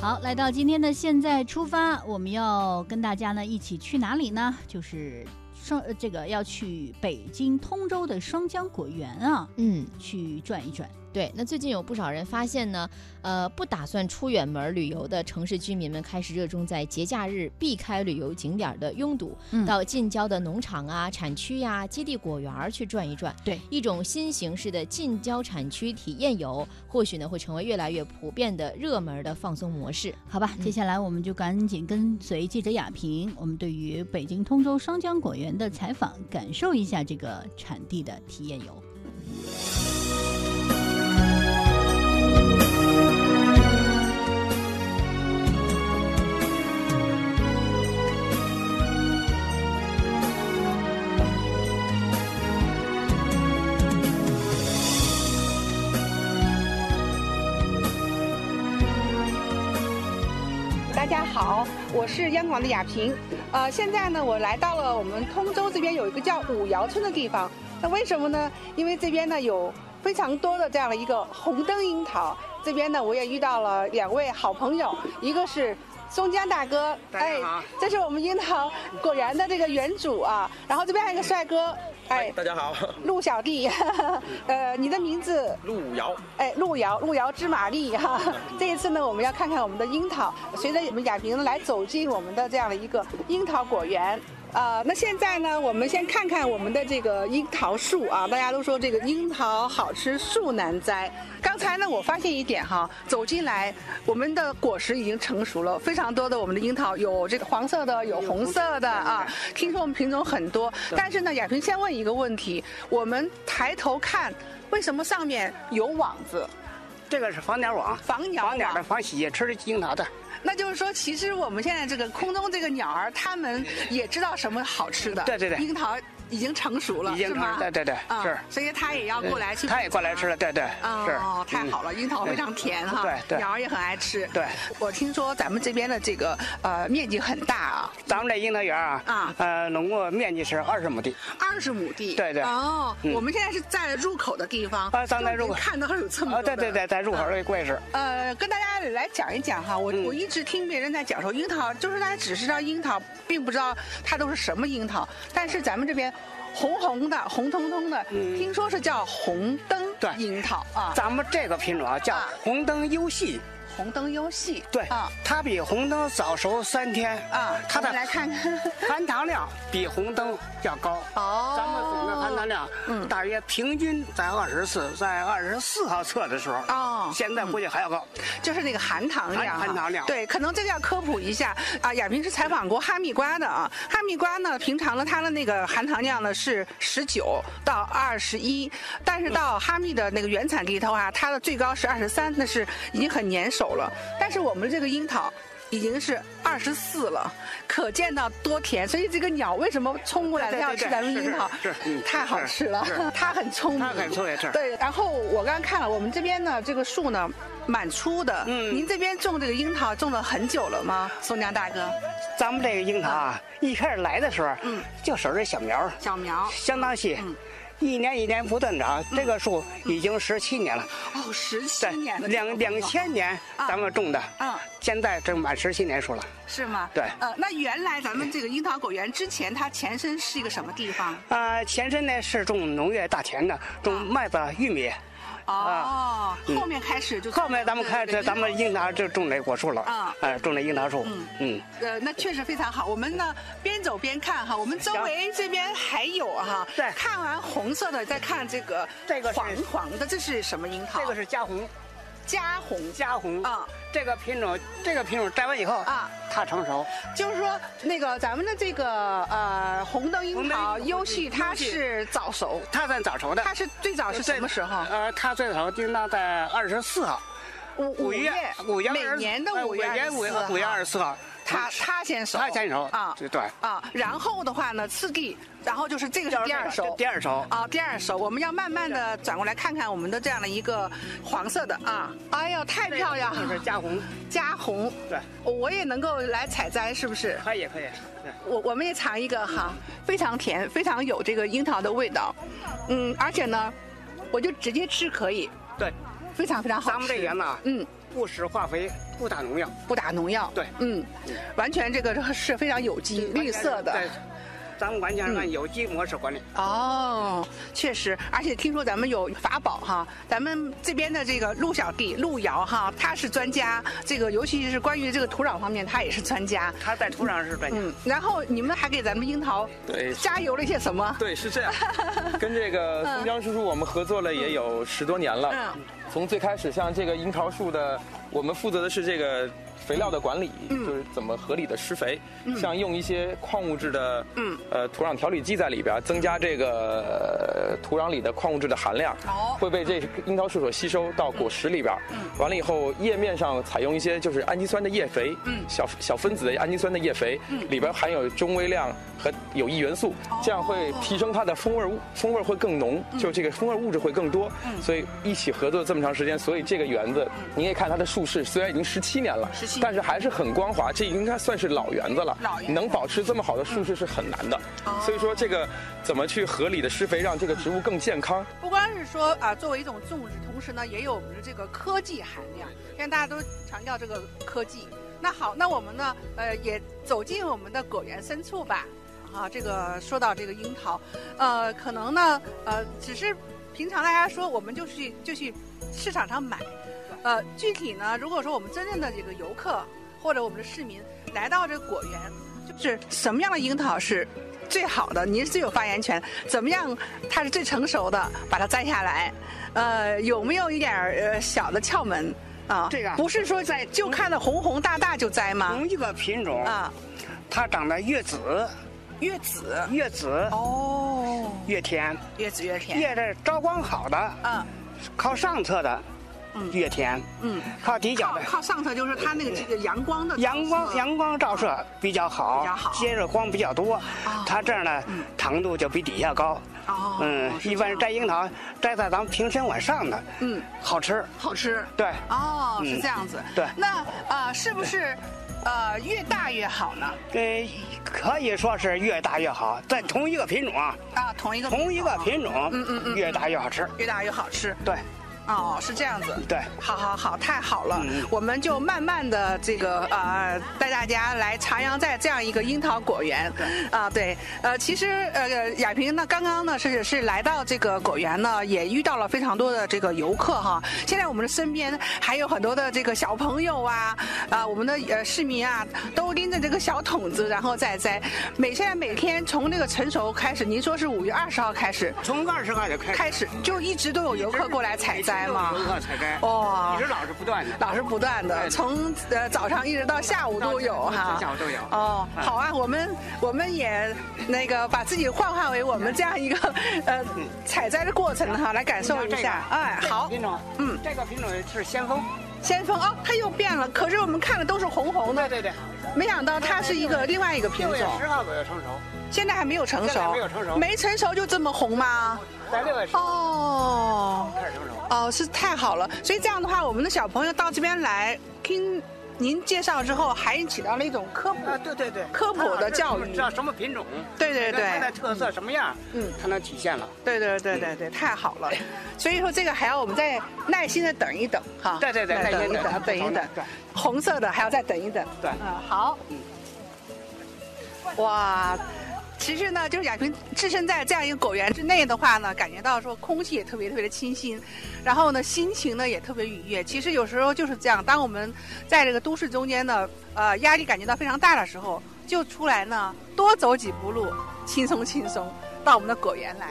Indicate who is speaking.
Speaker 1: 好，来到今天的现在出发，我们要跟大家呢一起去哪里呢？就是双呃这个要去北京通州的双江果园啊，
Speaker 2: 嗯，
Speaker 1: 去转一转。
Speaker 2: 对。那最近有不少人发现呢，呃，不打算出远门旅游的城市居民们开始热衷在节假日避开旅游景点的拥堵，
Speaker 1: 嗯
Speaker 2: 到近郊的农场啊、产区呀、基地果园儿去转一转。
Speaker 1: 对，
Speaker 2: 一种新形式的近郊产区体验游，或许呢会成为越来越普遍的热门的放松模式。
Speaker 1: 好吧，接
Speaker 2: 嗯
Speaker 1: 下来我们就赶紧跟随记者雅萍，我们对于北京通州双江果园的采访，感受一下这个产地的体验游。
Speaker 3: 大家好，我是央广的雅萍。呃，现在呢，我来到了我们通州这边有一个叫五窑村的地方。那为什么呢？因为这边呢有非常多的这样的一个红灯樱桃。这边呢，我也遇到了两位好朋友，一个是。松江大哥，哎，这是我们樱桃果园的这个园主啊。然后这边还有一个帅哥，哎，
Speaker 4: 大家好，
Speaker 3: 陆小弟， 呃，你的名字
Speaker 4: 陆武瑶，
Speaker 3: 哎，路遥，路遥知马力哈、这一次呢，我们要看看我们的樱桃。随着我们亚萍来走进我们的这样的一个樱桃果园。呃，那现在呢，我们先看看我们的这个樱桃树啊。大家都说这个樱桃好吃树难栽。刚才呢，我发现一点哈，走进来，我们的果实已经成熟了，非常多的我们的樱桃有这个黄色的，有红色的啊。听说我们品种很多，但是呢，亚萍先问一个问题：我们抬头看，为什么上面有网子？
Speaker 5: 这个是防鸟网，
Speaker 3: 防鸟
Speaker 5: 防鸟的，
Speaker 3: 网，
Speaker 5: 防喜也吃樱桃的。
Speaker 3: 那就是说，其实我们现在这个空中这个鸟儿，它们也知道什么好吃的。
Speaker 5: 嗯对对对
Speaker 3: 樱桃已经成熟了，
Speaker 5: 已经
Speaker 3: 是
Speaker 5: 成
Speaker 3: 吗？
Speaker 5: 对对对
Speaker 3: 嗯
Speaker 5: 是嗯
Speaker 3: 所以它也要过来去。
Speaker 5: 他也过来吃了，。对对，
Speaker 3: 哦，
Speaker 5: 是。嗯
Speaker 3: 太好
Speaker 5: 了。
Speaker 3: 了，樱桃非常甜哈，
Speaker 5: 对对
Speaker 3: 鸟儿也很爱吃。
Speaker 5: 对，
Speaker 3: 我听说咱们这边的这个呃面积很大啊，
Speaker 5: 咱们这樱桃园啊，
Speaker 3: 啊
Speaker 5: 呃，拢共面积是二十亩地。
Speaker 3: 二十亩地。
Speaker 5: 对对
Speaker 3: 哦，
Speaker 5: 嗯
Speaker 3: 我们现在是在入口的地方，
Speaker 5: 啊咱们在入口
Speaker 3: 就已经看到有这么多
Speaker 5: 啊，
Speaker 3: 的。
Speaker 5: 对对对，在入口
Speaker 3: 嗯
Speaker 5: 这个怪事。
Speaker 3: 呃，跟大家来讲一讲哈，我、
Speaker 5: 嗯
Speaker 3: 我一直听别人在讲说樱桃，就是大家只知道樱桃，并不知道它都是什么樱桃。但是咱们这边红红的、红彤彤的，
Speaker 5: 嗯
Speaker 3: 听说是叫红灯
Speaker 5: 对
Speaker 3: 樱桃啊，
Speaker 5: 咱们这个品种啊，叫
Speaker 3: 啊
Speaker 5: 红灯优戏。
Speaker 3: 红灯优戏。
Speaker 5: 对
Speaker 3: 啊，
Speaker 5: 它比红灯早熟三天
Speaker 3: 啊，
Speaker 5: 它
Speaker 3: 我们来
Speaker 5: 的
Speaker 3: 看看。
Speaker 5: 含糖量比红灯要高。
Speaker 3: 哦，
Speaker 5: 咱们总的含糖量，
Speaker 3: 嗯
Speaker 5: 大约平均在二十四，在二十四号测的时候，
Speaker 3: 哦
Speaker 5: 现在估计还要高。
Speaker 3: 就是那个含糖量啊，
Speaker 5: 含含糖量
Speaker 3: 对，可能这个要科普一下啊。亚萍是采访过哈密瓜的啊，哈密瓜呢，平常呢它的那个含糖量呢是十九到二十一，但是到哈密的那个原产地的话，它的最高是二十三，那是已经很粘手了。但是我们这个樱桃。已经是二十四了，可见到多甜。所以这个鸟为什么冲过来
Speaker 5: 对对
Speaker 3: 要
Speaker 5: 对
Speaker 3: 吃
Speaker 5: 对
Speaker 3: 咱们
Speaker 5: 是
Speaker 3: 樱桃？
Speaker 5: 是是嗯
Speaker 3: 太好
Speaker 5: 是
Speaker 3: 吃了，它很聪明，
Speaker 5: 它很聪明是
Speaker 3: 对，然后我刚看了，我们这边呢，这个树呢蛮粗的。
Speaker 5: 嗯
Speaker 3: 您这边种这个樱桃种了很久了吗，松江大哥？
Speaker 5: 咱们这个樱桃啊，一开始来的时候，
Speaker 3: 嗯
Speaker 5: 就手这小苗儿，
Speaker 3: 小苗。
Speaker 5: 相当细
Speaker 3: 嗯，
Speaker 5: 一年一年不断长。这个树已经十七年了，
Speaker 3: 哦，十七年了，
Speaker 5: 两两千年
Speaker 3: 啊
Speaker 5: 咱们种的，
Speaker 3: 嗯，
Speaker 5: 现在正满十七年树了。
Speaker 3: 是吗？
Speaker 5: 对
Speaker 3: 呃，那原来咱们这个樱桃果园之前，它前身是一个什么地方？
Speaker 5: 啊，前身呢是种农业大田的，种
Speaker 3: 啊
Speaker 5: 麦子、玉米，
Speaker 3: 哦
Speaker 5: 啊，嗯
Speaker 3: 后面开始就
Speaker 5: 后面咱们开
Speaker 3: 对对
Speaker 5: 始
Speaker 3: 对
Speaker 5: 咱们樱桃就种这果树了，
Speaker 3: 啊
Speaker 5: 呃，种这樱桃树
Speaker 3: 嗯，
Speaker 5: 嗯。
Speaker 3: 呃，那确实非常好。我们呢，边走边看哈，我们周围这边还有哈。
Speaker 5: 对
Speaker 3: 看完红色的，再看这个
Speaker 5: 这个是
Speaker 3: 黄黄的，这是什么樱桃？
Speaker 5: 这个是加红，
Speaker 3: 嘉红
Speaker 5: 加红
Speaker 3: 啊。
Speaker 5: 这个品种，这个品种摘完以后
Speaker 3: 啊，
Speaker 5: 它成熟，
Speaker 3: 就是说，那个咱们的这个呃红灯樱桃
Speaker 5: 红灯樱桃
Speaker 3: 优戏，它是早熟，
Speaker 5: 它算早熟的。
Speaker 3: 它是最早是什么时候？
Speaker 5: 呃，它最早应当在二十四号，
Speaker 3: 五
Speaker 5: 月
Speaker 3: 五
Speaker 5: 五月
Speaker 3: 每
Speaker 5: 20
Speaker 3: 年的
Speaker 5: 呃
Speaker 3: 五月
Speaker 5: 每年五
Speaker 3: 24号
Speaker 5: 月五月二十四号，嗯
Speaker 3: 它它先熟，
Speaker 5: 它先熟
Speaker 3: 啊
Speaker 5: 对对
Speaker 3: 啊。然后的话呢，次第，然后就是这个
Speaker 5: 就是是
Speaker 3: 第二熟，
Speaker 5: 第二熟。
Speaker 3: 啊，第二首我们要慢慢的转过来看看我们的这样的一个黄色的啊，哎呦，太漂亮
Speaker 5: 就是
Speaker 3: 了，
Speaker 5: 加红，
Speaker 3: 加红，
Speaker 5: 对，
Speaker 3: 我也能够来采摘，是不是？
Speaker 5: 可以可以，对。
Speaker 3: 我我们也尝一个哈，非常甜，非常有这个樱桃的味道，嗯，而且呢，我就直接吃可以，
Speaker 5: 对，
Speaker 3: 非常非常好吃。
Speaker 5: 咱们这园呢，
Speaker 3: 嗯，
Speaker 5: 不施化肥，不打农药，
Speaker 3: 不打农药，
Speaker 5: 对
Speaker 3: 嗯，完全这个是非常有机、绿色的。
Speaker 5: 对，咱们完全是按
Speaker 3: 嗯
Speaker 5: 有机模式管理。
Speaker 3: 哦，确实，而且听说咱们有法宝哈，咱们这边的这个陆小弟陆瑶哈，他是专家，这个尤其是关于这个土壤方面，他也是专家。
Speaker 5: 它在土壤是专家。
Speaker 3: 嗯，然后你们还给咱们樱桃
Speaker 4: 对
Speaker 3: 加油了一些什么？
Speaker 4: 对，是 这样。跟这个松江叔叔，我们合作了也有十多年了。
Speaker 3: 嗯
Speaker 4: 从最开始，像这个樱桃树的，我们负责的是这个肥料的管理，
Speaker 3: 嗯
Speaker 4: 就是怎么合理的施肥，像用一些矿物质的，
Speaker 3: 嗯
Speaker 4: 呃，土壤调理剂在里边，增加这个呃土壤里的矿物质的含量
Speaker 3: 哦，
Speaker 4: 会被这樱桃树所吸收到果实里边。
Speaker 3: 嗯
Speaker 4: 完了以后，叶面上采用一些就是氨基酸的叶肥，
Speaker 3: 嗯
Speaker 4: 小小分子的氨基酸的叶肥，里边含有中微量和有益元素，
Speaker 3: 哦
Speaker 4: 这样会提升它的风味物，风味会更浓，
Speaker 3: 嗯
Speaker 4: 就这个风味物质会更多。所以一起合作这么长时间，所以这个园
Speaker 3: 嗯
Speaker 4: 子，你也看它的树势，虽然已经十七年了
Speaker 3: 17，
Speaker 4: 但是还是很光滑，这应该算是老园子了。
Speaker 3: 老园子嗯
Speaker 4: 能保持这么好的树势是很难的。所以说这个怎么去合理的施肥，让这个植物更健康？
Speaker 3: 不光是说啊，作为一种种植，同时呢，也有我们的这个科技含量。现在大家都强调这个科技。那好，那我们呢，呃，也走进我们的果园深处吧。啊，这个说到这个樱桃，呃，可能呢，呃，只是平常大家说我们就去就去市场上买，呃，具体呢，如果说我们真正的这个游客或者我们的市民来到这个果园，就是什么样的樱桃是最好的，您是最有发言权，怎么样它是最成熟的，把它摘下来，呃，有没有一点儿呃小的窍门啊？
Speaker 5: 这个啊
Speaker 3: 不是说在就看到红红大大就摘吗？
Speaker 5: 同一个品种，
Speaker 3: 啊，
Speaker 5: 它长得越紫
Speaker 3: 越紫
Speaker 5: 越紫
Speaker 3: 哦，
Speaker 5: 越甜，
Speaker 3: 越紫越甜。
Speaker 5: 叶子招光好的，
Speaker 3: 嗯
Speaker 5: 靠上侧的
Speaker 3: 嗯
Speaker 5: 越甜，
Speaker 3: 嗯，
Speaker 5: 靠底角
Speaker 3: 靠
Speaker 5: 的
Speaker 3: 靠上头就是它那个这个阳光的
Speaker 5: 阳光
Speaker 3: 照射
Speaker 5: 阳光照射比较好，
Speaker 3: 比较好嗯
Speaker 5: 接着光比较多，它这样呢糖度就比底下高。
Speaker 3: 哦，
Speaker 5: 嗯，
Speaker 3: 是
Speaker 5: 一
Speaker 3: 这
Speaker 5: 般
Speaker 3: 样
Speaker 5: 摘樱桃摘在咱们平天往上的，
Speaker 3: 嗯
Speaker 5: 好吃。
Speaker 3: 好吃
Speaker 5: 对，
Speaker 3: 哦，是
Speaker 5: 嗯
Speaker 3: 这样子。
Speaker 5: 对
Speaker 3: 那呃是不是呃越大越好呢？
Speaker 5: 呃，可以说是越大越好，在同一个品种啊，
Speaker 3: 啊，同一个
Speaker 5: 同一个品种，
Speaker 3: 嗯嗯嗯
Speaker 5: 越大越好吃。
Speaker 3: 越大越好吃。
Speaker 5: 对
Speaker 3: 哦，是这样子。
Speaker 5: 对，
Speaker 3: 好好好，太好了！
Speaker 5: 嗯
Speaker 3: 我们就慢慢的这个呃，带大家来徜徉在这样一个樱桃果园。啊、对，呃，其实呃，亚萍呢，刚刚呢是是来到这个果园呢，也遇到了非常多的这个游客哈。现在我们的身边还有很多的这个小朋友啊，啊、我们的呃市民啊，都拎着这个小桶子，然后再摘。每现在每天从这个成熟开始，您说是五月二十号开始，
Speaker 5: 从二十号就开
Speaker 3: 开始就一直都有游客过来采摘吗？
Speaker 5: 游客采摘，
Speaker 3: 哦
Speaker 5: 一直老是不断的，
Speaker 3: 老是不断的，
Speaker 5: 对
Speaker 3: 从呃早上一直到下午都有哈。
Speaker 5: 下午都有。
Speaker 3: 哦，好
Speaker 5: 嗯
Speaker 3: 啊，我们我们也那个把自己幻化为我们这样一个呃采摘的过程哈，来感受一
Speaker 5: 嗯你
Speaker 3: 下
Speaker 5: 像。这个
Speaker 3: 哎，好，
Speaker 5: 品种，
Speaker 3: 嗯，
Speaker 5: 这个品种是先锋，
Speaker 3: 先锋哦，它又变了，可是我们看的都是红红的，
Speaker 5: 对对对，
Speaker 3: 没想到它是一个另外一个品
Speaker 5: 六月
Speaker 3: 种，
Speaker 5: 十号左右成熟，
Speaker 3: 现在还没有成
Speaker 5: 现在
Speaker 3: 熟，
Speaker 5: 没有成熟
Speaker 3: 没成熟就这么红吗？
Speaker 5: 在六月十号
Speaker 3: 哦。
Speaker 5: 开始成熟。
Speaker 3: 哦，是太好了。所以这样的话，我们的小朋友到这边来听您介绍之后，还起到了一种科普。
Speaker 5: 啊，对对对，
Speaker 3: 科普的教育
Speaker 5: 知道什么品种，
Speaker 3: 对对对
Speaker 5: 它的特色什么样，
Speaker 3: 嗯
Speaker 5: 它能体现了。
Speaker 3: 对对对对对，太好了。所以说这个还要我们再耐心的等一等哈。
Speaker 5: 对对对
Speaker 3: 再
Speaker 5: 耐
Speaker 3: 等
Speaker 5: 心
Speaker 3: 一
Speaker 5: 地
Speaker 3: 等，等一等
Speaker 5: 对。
Speaker 3: 红色的还要再等一等。
Speaker 5: 对
Speaker 3: 嗯，好。哇。其实呢，就是亚萍置身在这样一个果园之内的话呢，感觉到说空气也特别特别的清新，然后呢，心情呢也特别愉悦。其实有时候就是这样，当我们在这个都市中间呢，呃，压力感觉到非常大的时候，就出来呢，多走几步路，轻松轻松，到我们的果园来。